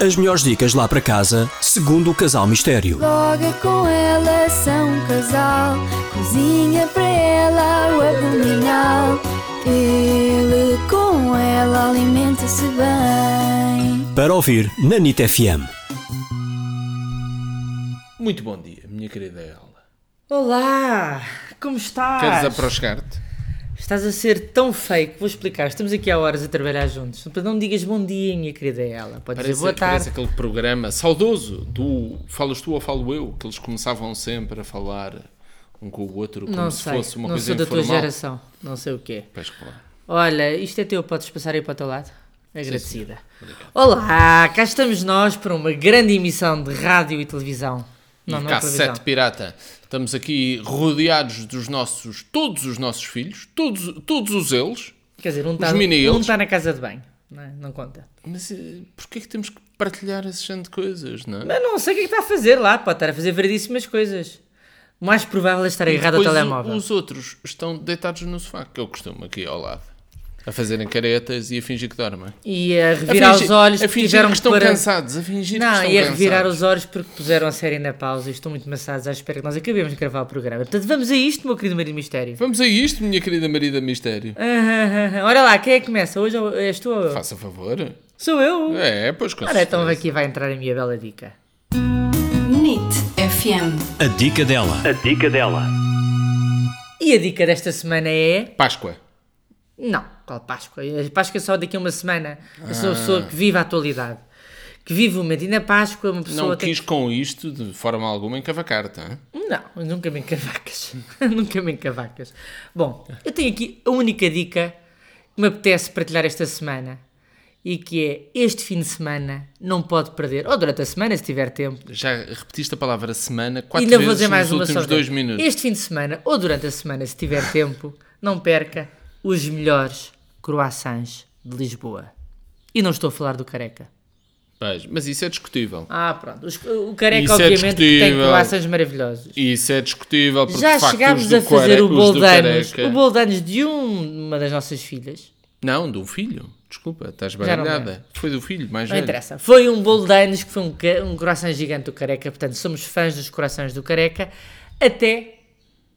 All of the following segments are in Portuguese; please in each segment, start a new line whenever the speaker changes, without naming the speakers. As melhores dicas lá para casa, segundo o Casal Mistério.
Logo com ela são um casal, cozinha para ela o abdominal. Ele com ela alimenta-se bem.
Para ouvir na NIT FM.
Muito bom dia, minha querida Ela.
Olá! Como estás?
Queres aproximar-te?
Estás a ser tão feio que vou explicar. Estamos aqui há horas a trabalhar juntos. Depois não digas bom dia, minha querida ela. Pode dizer
Parece,
boa
parece
tarde.
aquele programa saudoso do Falas Tu ou Falo Eu, que eles começavam sempre a falar um com o outro como
Não
se
sei.
fosse uma
não
coisa
sou da
informal.
tua geração. Não sei o quê.
Pois claro.
Olha, isto é teu, podes passar aí para o teu lado? Agradecida. Olá, cá estamos nós para uma grande emissão de rádio e televisão. Não,
e
não é televisão.
Cassete Pirata. Estamos aqui rodeados dos nossos, todos os nossos filhos, todos, todos os eles.
Quer dizer, um está
mini-eles.
um tá na casa de banho. Não, é? Não conta.
Mas eh, porquê é que temos que partilhar esse género de coisas, não é?
Mas não sei o que é que está a fazer lá. Pode estar a fazer verdíssimas coisas. O mais provável é estar agarrado ao
Depois o-
telemóvel.
Os outros estão deitados no sofá, que eu costumo aqui ao lado, a fazerem caretas e a fingir que dormem.
E a
A
revirar
fingir-
os olhos
a
porque
fingir
tiveram
que estão
para...
cansados, a fingir que
Não,
estão
e a revirar
cansados.
os olhos porque puseram a série na pausa e estão muito maçados à espera que nós acabemos de gravar o programa. Portanto, vamos a isto, meu querido marido mistério.
Vamos a isto, minha querida Marida Mistério.
Ah, ah, ah, Olha lá, quem é que começa? Hoje ou- és tu ou eu?
Faça favor.
Sou eu.
É, pois com
Ora, então
certeza.
aqui vai entrar a minha bela dica.
NIT FM.
A dica dela.
E a dica desta semana é...
Páscoa.
Não, qual Páscoa? A Páscoa é só daqui a uma semana. Eu sou a pessoa
Ah.
que vive a atualidade. Que vive o momento. E na Páscoa uma pessoa
Não
tem
quis com isto, de forma alguma, encavacar-te. hã?
Não, eu nunca me encavacas. nunca me encavacas. Bom, eu tenho aqui a única dica que me apetece partilhar esta semana e que é este fim de semana não pode perder, ou durante a semana, se tiver tempo.
Já repetiste a palavra semana
E
quatro
ainda
vezes
vou dizer mais
nos
uma
últimos
só.
dois minutos.
Este fim de semana, ou durante a semana, se tiver tempo, não perca os melhores croissants de Lisboa. E não estou a falar do careca.
Pois, mas isso é discutível.
Ah, pronto. Os- o careca,
Isso é
obviamente, tem
discutível.
croissants maravilhosos.
Isso é discutível, porque
Já
de facto, os
chegámos
do
a fazer
Cuare-
o
os do
bolo de anos,
Careca-
o bolo de anos de um- uma das nossas filhas.
Não, do filho. Desculpa, estás
Já não é.
baralhada. Foi do filho, mais
Não
velho.
interessa. Foi um bolo de anos que foi um, ca- um coração gigante do Careca. Portanto, somos fãs dos corações do Careca. Até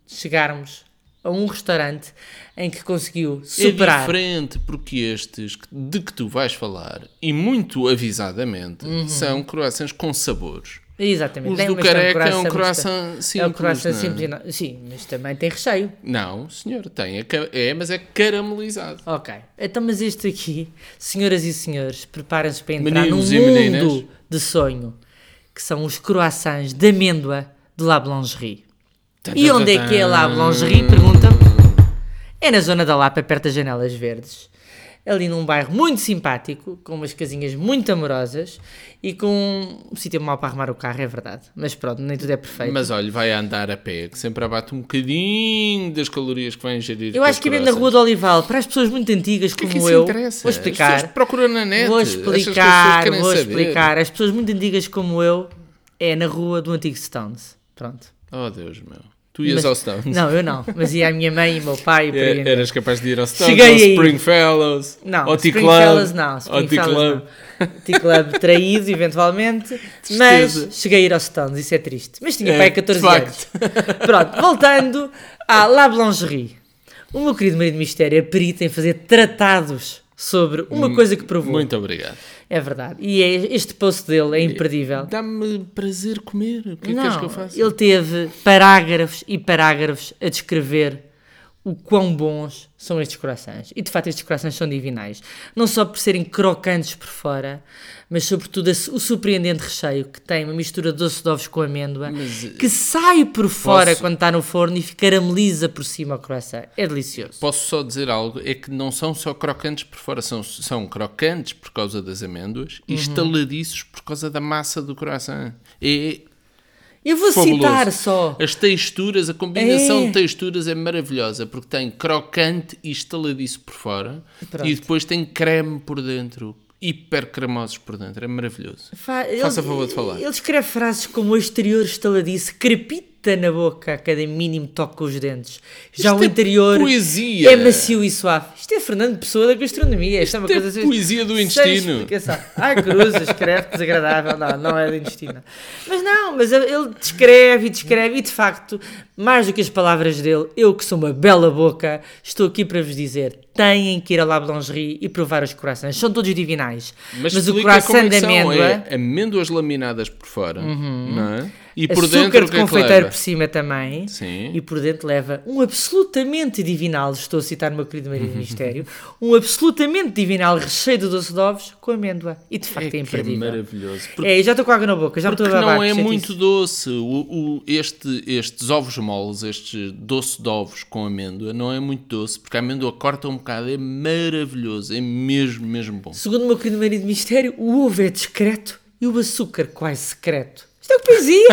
chegarmos a um restaurante em que conseguiu
É
superar.
diferente porque estes que- de que tu vais falar, e muito avisadamente,
Uhum.
são croissants com sabores.
Exatamente.
Os
Tem-
do
mas tem
Careca é um
muito-
croissant
É um
simples,
coração
não é?
simples. e não- Sim, mas também tem recheio.
Não, senhor, tem. É, ca- é, mas é caramelizado.
Ok. Então, mas este aqui, senhoras e senhores, preparem-se para entrar
Meninos
num
e
mundo
meninas.
de sonho, que são os croissants de amêndoa de La Boulangerie.
tá,
E onde é que é La Boulangerie? Pergunta-me. É na zona da Lapa, perto das Janelas Verdes. Ali num bairro muito simpático, com umas casinhas muito amorosas e com um sítio mau para arrumar o carro, é verdade. Mas pronto, nem tudo é perfeito.
Mas olha, vai andar a pé, que sempre abate um bocadinho das calorias que vai ingerir.
Eu
com
acho
os
que é mesmo na Rua
croissants.
do Olival, para as pessoas muito antigas
que é
como
que isso
eu.
interessa?
Vou
As
explicar.
pessoas procuram na net,
Vou
achas que as pessoas
explicar,
querem
vou
saber?
explicar. As pessoas muito antigas como eu é na rua do antigo Stones. Pronto.
Oh, Deus meu. Tu ias
Mas-
ao Stones.
Não, eu não. Mas ia a minha mãe e o meu pai. E por aí
É,
andava.
Eras capaz de ir ao Stones,
Cheguei
ao
aí.
Springfellows,
Não,
ao Tea
Springfellas
Club,
não.
ao Tea Club.
Springfellas não. T-Club traído, eventualmente. mas
Tristeza.
cheguei a ir aos Stones, isso é triste. Mas tinha
É,
pai
de
14 anos.
facto.
Pronto, voltando à La Boulangerie. O meu querido marido mistério é perito em fazer tratados sobre uma coisa que provou.
Hum, Muito obrigado.
É verdade. E é- este post dele é imperdível.
Dá-me prazer comer. O que é que queres que eu faça?
Ele teve parágrafos e parágrafos a descrever o quão bons são estes corações. E de facto, estes corações são divinais. Não só por serem crocantes por fora, mas sobretudo a su- o surpreendente recheio que tem uma mistura de doce de ovos com amêndoa
eh,
que sai por fora quando está no forno e carameliza por cima o croissant. É delicioso.
Posso só dizer algo? É que não são só crocantes por fora, são, são crocantes por causa das amêndoas e estaladiços por causa da massa do croissant. É
Eu vou
fabuloso.
citar só.
As texturas, a combinação
É.
de texturas é maravilhosa, porque tem crocante e estaladiço por fora
Pronto.
e depois tem creme por dentro, hiper cremosos por dentro. É maravilhoso.
Fa
Faça favor de falar.
Ele escreve frases como o exterior estaladiço, crepita fita na boca a cada mínimo toque com os dentes. Já
Isto
o
é
interior
poesia.
é macio e suave. Isto é Fernando Pessoa da gastronomia. Isto é uma
Isto é
coisa assim-
poesia do
sem
intestino.
explicação. Ai, cruzes, escreve, que desagradável. Não, não é do intestino. Mas não, mas ele descreve e descreve e de facto, mais do que as palavras dele, eu que sou uma bela boca, estou aqui para vos dizer, têm que ir a La Boulangerie e provar os croissants. São todos divinais.
Mas,
o
explica como
croissant
é
de
que são.
amêndoa... Uhum.
É amêndoas laminadas por fora, não é? E por
açúcar
dentro o
de
que é que
confeiteiro
leva?
por cima também.
Sim.
E por dentro leva um absolutamente divinal, estou a citar o meu querido marido do mistério, um absolutamente divinal recheio de doce de ovos com amêndoa. E de
É
facto é,
que é
imperdível.
maravilhoso.
É, e já estou com água na boca, já me estou a
Porque
babar.
não é
que chatice.
muito doce. O, o- este, estes ovos moles, este doce de ovos com amêndoa, não é muito doce, porque a amêndoa corta um bocado. É maravilhoso, é mesmo, mesmo bom.
Segundo o meu querido marido mistério, o ovo é discreto e o açúcar quase secreto. Isto é que poesia!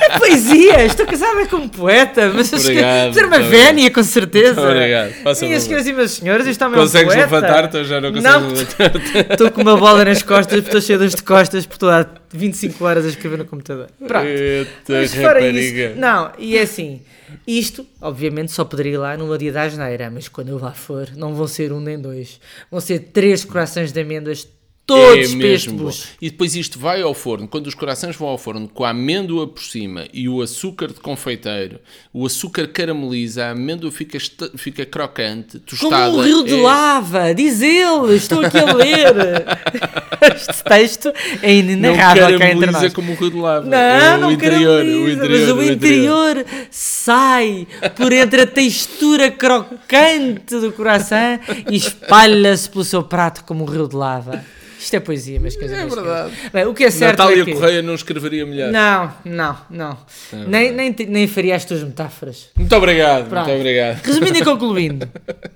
é poesia! Estou casada com um poeta, mas acho que
Obrigado,
ser uma
muito obrigado.
vénia, com certeza.
Muito obrigado. Faça
Minhas
favor.
senhoras e meus senhores, isto é o meu
Consegues
poeta.
levantar-te ou já não consegues
levantar-te? Estou com uma bola nas costas, porque estou cheia de dores de costas, porque estou há 25 horas a escrever no computador. Pronto.
Eita,
Mas fora
rapariga.
isso, não, e é assim, isto, obviamente, só poderia ir lá numa dia da asneira, mas quando eu lá for, não vão ser um nem dois, vão ser três corações de amêndoas, todos
é
para este
mesmo bom.
bucho.
E depois isto vai ao forno. Quando os corações vão ao forno com a amêndoa por cima e o açúcar de confeiteiro, o açúcar carameliza, a amêndoa fica, esta- fica crocante,
Como
tostada.
um rio de
é-
lava, diz ele, estou aqui a ler. este texto é
Não
inenarrável cá entre
carameliza
nós.
como um rio de lava.
Não,
é o
não
interior,
carameliza,
o interior.
mas o,
o
interior, sai por entre a textura crocante do coração e espalha-se pelo seu prato como um rio de lava. Isto é poesia, mas quer dizer.
É verdade.
Bem, o que é certo
Natália
é que...
Correia É não escreveria melhor.
Não, não, não. nem, nem, te- nem faria as tuas metáforas.
Muito obrigado,
Pronto.
muito obrigado.
Resumindo e concluindo,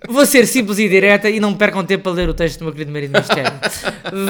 vou ser simples e direta e não percam tempo a ler o texto do meu querido marido mistério.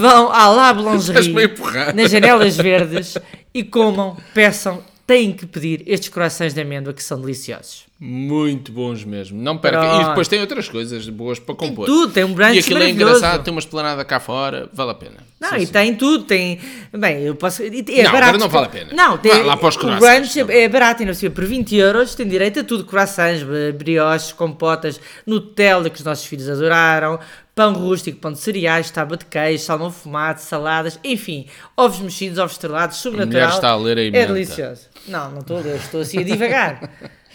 Vão à
Estás-me
La
a
Boulangerie,
empurrar.
nas janelas verdes, e comam, peçam, têm que pedir estes corações de amêndoa que são deliciosos.
Muito bons mesmo. Não perca.
Pronto.
E depois tem outras coisas boas para compor.
tudo, tem um brunch
E aquilo é
maravilhoso.
engraçado, tem uma esplanada cá fora, vale a pena.
Não,
Sim,
e
sim.
tem tudo, tem. Bem, eu posso. e- É
Não, agora
barato,
não vale a pena.
Não, tem.
Vá lá para os
o
croissants,
brunch é- é barato, ainda por cima, por 20 euros tem direito a tudo: croissants, b- brioches, compotas, Nutella, que os nossos filhos adoraram, pão rústico, pão de cereais, tábua de queijo, salmão fumado, saladas, enfim, ovos mexidos, ovos estrelados,
mulher
subnatural.
está a ler a
É
emenda.
delicioso. Não, não estou a ler, estou assim a divagar.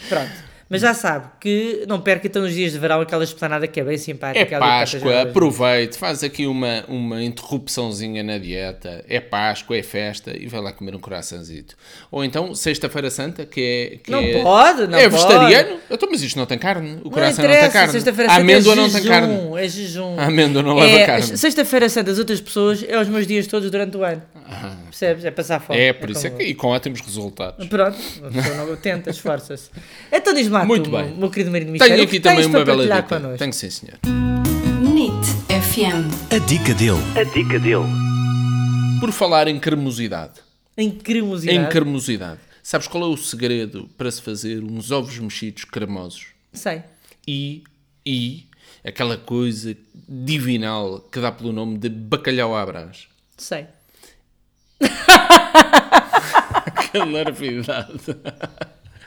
Pronto. Mas já sabe que não perca então os dias de verão aquela esplanada que é bem simpática.
É
ali perto das
Páscoa,
janelas.
aproveite, faz aqui uma, uma interrupçãozinha na dieta. É Páscoa, é festa e vai lá comer um coraçãozito. Ou então, Sexta-feira Santa, que é. Que
Não
é-
pode, não
É
pode.
vegetariano? Então, mas isto não tem carne. O coração não, tem carne.
é sexta-feira
A
santa
amêndoa
é
não
jejum,
tem carne.
É jejum.
A amêndoa não
é,
leva carne.
Sexta-feira santa das outras pessoas é os meus dias todos durante o ano. Percebes? É passar fome.
Ah, É, por isso é
como-
que. E com ótimos resultados.
Pronto, a pessoa não tenta, esforça-se. Então diz-me lá,
Muito
tu,
bem.
meu querido marido Michel,
Tenho aqui também uma bela
partilhar
dica.
connosco?
Tenho sim, senhor.
NIT FM.
A dica dele.
Por falar em cremosidade.
Em cremosidade.
Em cremosidade. Sabes qual é o segredo para se fazer uns ovos mexidos cremosos?
Sei.
e, e aquela coisa divinal que dá pelo nome de bacalhau à brás.
Sei.
Que larvidade.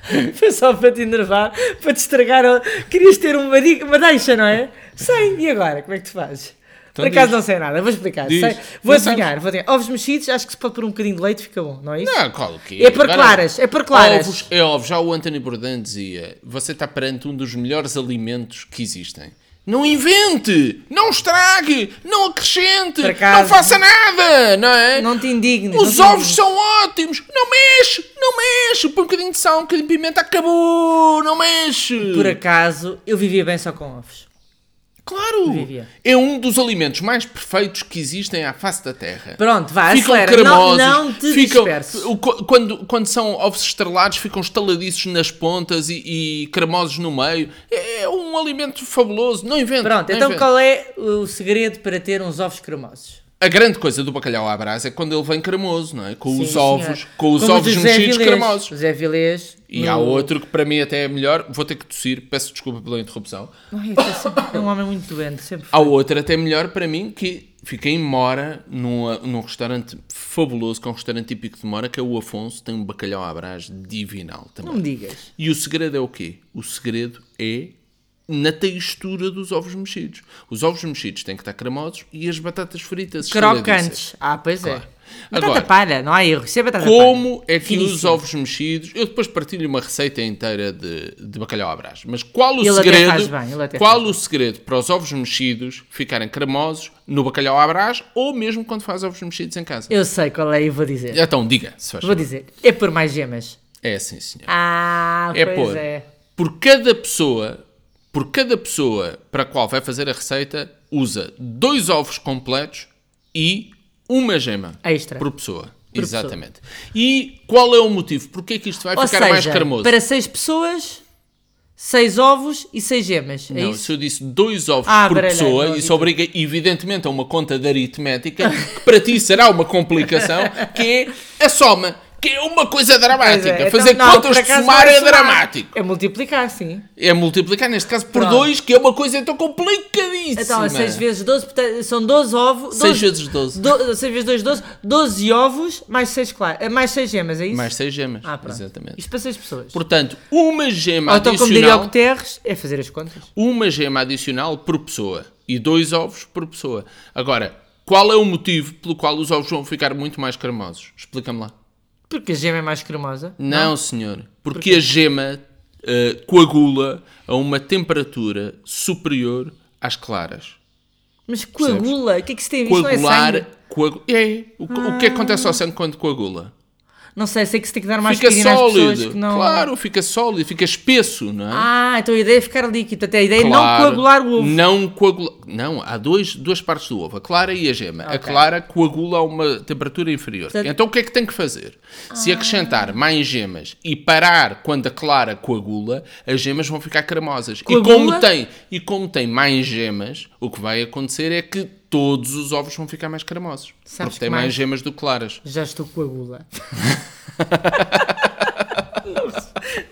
Foi só para te enervar, para te estragar. a- Querias ter uma, dica, uma deixa, não é? Sei. E agora? Como é que tu fazes?
Então
Por acaso
diz.
não sei nada, vou explicar.
Diz.
Sei. Vou
Não sabes?
adivinhar, vou adivinhar. Ovos mexidos, acho que se pode pôr um bocadinho de leite, fica bom, não é isso?
Não, qual que
É para claras, é para claras.
Ovos, é ovos. Já o Anthony Bourdain dizia, você está perante um dos melhores alimentos que existem. Não invente! Não estrague! Não acrescente!
Por acaso.
Não faça nada! Não é?
Não te indignes.
Os
não te
ovos são ótimos! Não mexe! Não mexe! Põe um bocadinho de sal, um bocadinho de pimenta, acabou! Não mexe!
indignes. Por acaso, eu vivia bem só com ovos.
Claro!
Vivia.
É um dos alimentos mais perfeitos que existem à face da Terra.
Pronto, vá,
ficam
acelera. Não,
cremosos,
não te
ficam,
disperses.
o co- quando, quando são ovos estrelados, ficam estaladiços nas pontas e, e cremosos no meio. É, é um alimento fabuloso, não invento.
Pronto,
não
então
invento.
qual é o segredo para ter uns ovos cremosos?
A grande coisa do bacalhau à brás é quando ele vem cremoso, não é? Com os
Sim,
ovos,
senhor.
com os
Como
ovos
o José
mexidos
Vilés.
cremosos.
José Vilés.
E
no-
há outro que para mim até é melhor, vou ter que tossir, peço desculpa pela interrupção.
Ai, tá sempre- é um homem muito doente, sempre.
Há outro até melhor para mim que fiquei em Mora, numa- num restaurante fabuloso, que é um restaurante típico de Mora, que é o Afonso, tem um bacalhau à brás divinal também.
Não me digas.
E o segredo é o quê? O segredo é na textura dos ovos mexidos. Os ovos mexidos têm que estar cremosos e as batatas fritas estaladiças.
Crocantes. Ah, pois é.
Claro.
Batata
Agora,
palha, não há erro. Isso é batata
Como é
palha.
que os
Finíssimo.
ovos mexidos... Eu depois partilho uma receita inteira de, de bacalhau à brás. Mas qual o
Ele até
segredo...
faz bem, ele até
qual
faz
o segredo para os ovos mexidos ficarem cremosos no bacalhau à brás ou mesmo quando faz ovos mexidos em casa?
Eu sei qual é e vou dizer.
Então, diga, se faz
Vou
favor.
dizer. É por mais gemas.
É assim, senhor.
Ah,
é
pois
pôr
é.
por cada pessoa, por cada pessoa para a qual vai fazer a receita, usa dois ovos completos e uma gema
Extra.
por pessoa.
Por
Exatamente. E qual é o motivo? Porquê que isto vai
Ou
ficar
seja,
mais cremoso?
para seis pessoas, seis ovos e seis gemas. é
Não,
isso?
se eu disse dois ovos
Ah,
por
baralhei,
pessoa,
não,
isso obriga evidentemente a uma conta de aritmética, que para ti será uma complicação, que é a soma, que é uma coisa
Pois
dramática.
é, então,
Fazer
não, por
contas de
acaso
somar
vai
é
somar.
dramático.
É multiplicar, sim.
É multiplicar, neste caso, por
Pronto.
dois, que é uma coisa então complicadíssima.
Então, 6 vezes 12, portanto, são 12 ovos.
Seis vezes 12.
6 vezes 2, 12. 12 ovos mais 6, claro, mais 6 gemas, é isso?
Mais seis gemas.
ah, pronto.
Exatamente.
Isto para 6 pessoas.
Portanto, uma gema
Ou então, como diria o
adicional.
Guterres, é fazer as contas.
Uma gema adicional por pessoa. E dois ovos por pessoa. Agora, qual é o motivo pelo qual os ovos vão ficar muito mais cremosos? Explica-me lá.
Porque a gema é mais cremosa.
Não, senhor. Porque a gema eh, coagula a uma temperatura superior às claras.
Mas coagula, o que é que se tem? Isto não é
Coagular.
sangue.
coagu- é. O, que- o que acontece ao sangue quando coagula?
Não sei, sei que se tem que dar mais
fica
aspirina às pessoas
sólido.
que não...
Claro, fica sólido, fica espesso, não é?
Ah, então a ideia é ficar líquido. Portanto, a ideia
Claro,
é não coagular o ovo.
Não coagula- Não, há dois, duas partes do ovo, a clara e a gema. A clara coagula a uma temperatura inferior.
Portanto- Ah.
Então o que é que tem que fazer? Se acrescentar mais gemas e parar quando a clara coagula, as gemas vão ficar cremosas.
Coagula?
E como tem, e como tem mais gemas, o que vai acontecer é que todos os ovos vão ficar mais cremosos. porque
Sabes que
tem mais
mais-
gemas do que claras.
Já estou coagula.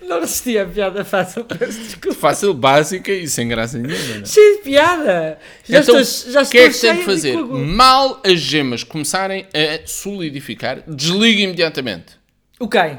não, não resisti à piada fácil, peço desculpa.
Fácil, básica e sem graça nenhuma. não é?
Cheio de piada! Já
então,
estou, já
o que
estou
é que tem
cheia
de fazer?
coagula.
Mal as gemas começarem a solidificar, desliga imediatamente.
O quem?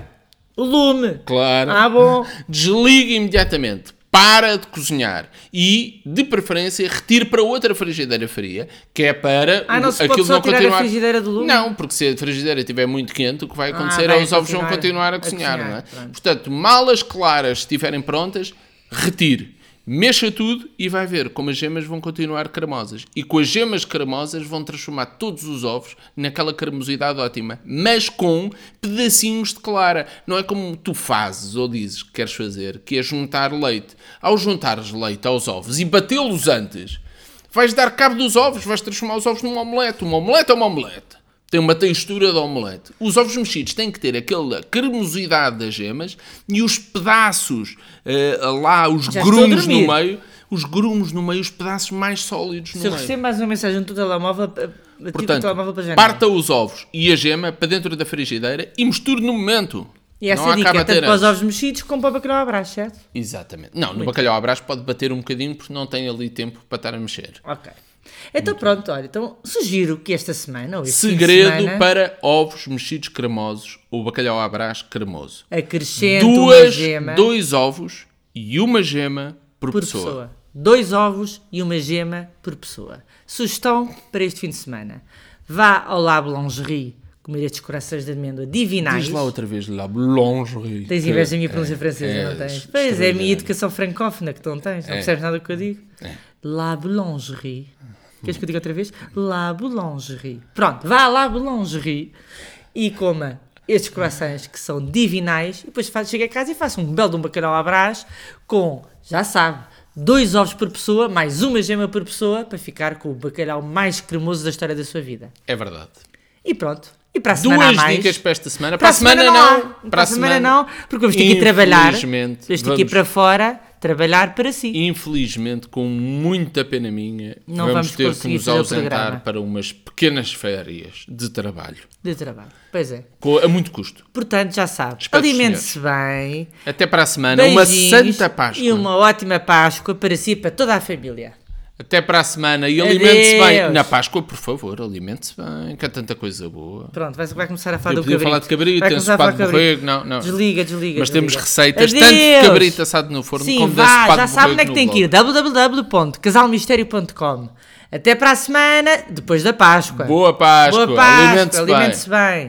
O lume.
Claro.
Ah, bom.
Desliga imediatamente. Para de cozinhar e, de preferência, retire para outra frigideira fria, que é para
Ah, não se pode
aquilo
só
não
tirar a
continuar.
frigideira do lume?
Não, porque se a frigideira estiver muito quente, o que vai acontecer
Ah, vai
é os ovos vão
continuar
continuar a
a
cozinhar, não é?
cozinhar, pronto.
Portanto, mal as claras estiverem prontas, retire. Mexa tudo e vai ver como as gemas vão continuar cremosas. E com as gemas cremosas vão transformar todos os ovos naquela cremosidade ótima, mas com pedacinhos de clara. Não é como tu fazes ou dizes que queres fazer, que é juntar leite. Ao juntares leite aos ovos e batê-los antes, vais dar cabo dos ovos, vais transformar os ovos num omelete. Uma omelete é uma omelete. Tem uma textura de omelete. Os ovos mexidos têm que ter aquela cremosidade das gemas e os pedaços eh, lá, os
Já estou a
grumos no
dormir.
meio, os grumos no meio, os pedaços mais sólidos
Se
no
eu
meio.
recebo mais uma mensagem do teu telemóvel, eh, tiro o telemóvel
é. Portanto,
para a janela.
parta os ovos e a gema para dentro da frigideira e misture no momento.
E essa
não
é a dica,
acaba a
tanto
ter
para os
antes.
ovos mexidos como para o bacalhau à brás, certo?
Exatamente. Não, no bacalhau à brás pode bater um bocadinho porque não tem ali tempo para estar a mexer.
Ok. Então pronto, olha, então sugiro que esta semana, ou este fim de
Segredo
semana,
para ovos mexidos cremosos ou bacalhau à brás cremoso.
acrescento uma
Duas,
gema
dois ovos e uma gema por,
por
pessoa.
pessoa. Dois ovos e uma gema por pessoa. Sugestão para este fim de semana. Vá ao La Boulangerie comer estes corações de amêndoa divinais.
Diz lá outra vez, lá longe.
Tens inveja da minha
é,
pronúncia francesa, não tens? Pois é, a minha
extraordinário.
educação francófona que tu não tens,
É.
não percebes nada do que eu digo. La Boulangerie. Queres que eu diga outra vez? La Boulangerie. Pronto, vá à La Boulangerie e coma estes croissants que são divinais e depois faz, chega a casa e faça um belo de um bacalhau à brás com, já sabe, dois ovos por pessoa, mais uma gema por pessoa para ficar com o bacalhau mais cremoso da história da sua vida.
É verdade.
E pronto. E para a semana há
Duas
mais.
dicas para esta semana.
Para a semana, não. há. Para, a semana, não, porque vamos ter que ir trabalhar.
Infelizmente,
Vamos ter que ir
vamos-
para fora trabalhar para si.
Infelizmente, com muita pena minha,
Não
vamos,
vamos
ter que
conseguir
nos
fazer o
ausentar
programa.
para umas pequenas férias de trabalho.
De trabalho. Pois é.
Com- a muito custo.
Portanto, já sabe.
Espero,
Alimente-se bem.
Até para a semana. Uma
Beijinhos
santa Páscoa.
E uma ótima Páscoa para si e para toda a família.
Até para a semana. E alimente-se bem.
Adeus.
Na Páscoa, por favor, alimente-se bem, que há tanta coisa boa.
Pronto, vai, vai começar a falar
Eu
do
podia
cabrito.
falar de cabrito,
Vai
tem
começar a falar
ensopado de
cabrito.
borrego, não, não.
Desliga, desliga.
Mas temos
desliga.
receitas tanto de
Adeus.
cabrito assado no forno
Sim,
como de
vá,
ensopado
já
de
sabe onde é
borrego
que
no
tem que ir. www.casalmistério.com Até para a semana, depois da Páscoa.
Boa Páscoa.
Boa Páscoa.
Alimente-se bem.
alimente-se bem.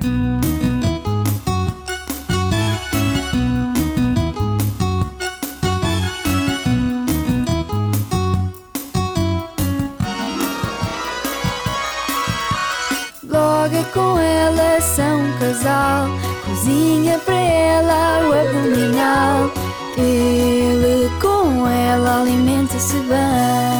Logo com ela são um casal, cozinha para ela o abdominal. Ele com ela alimenta-se bem.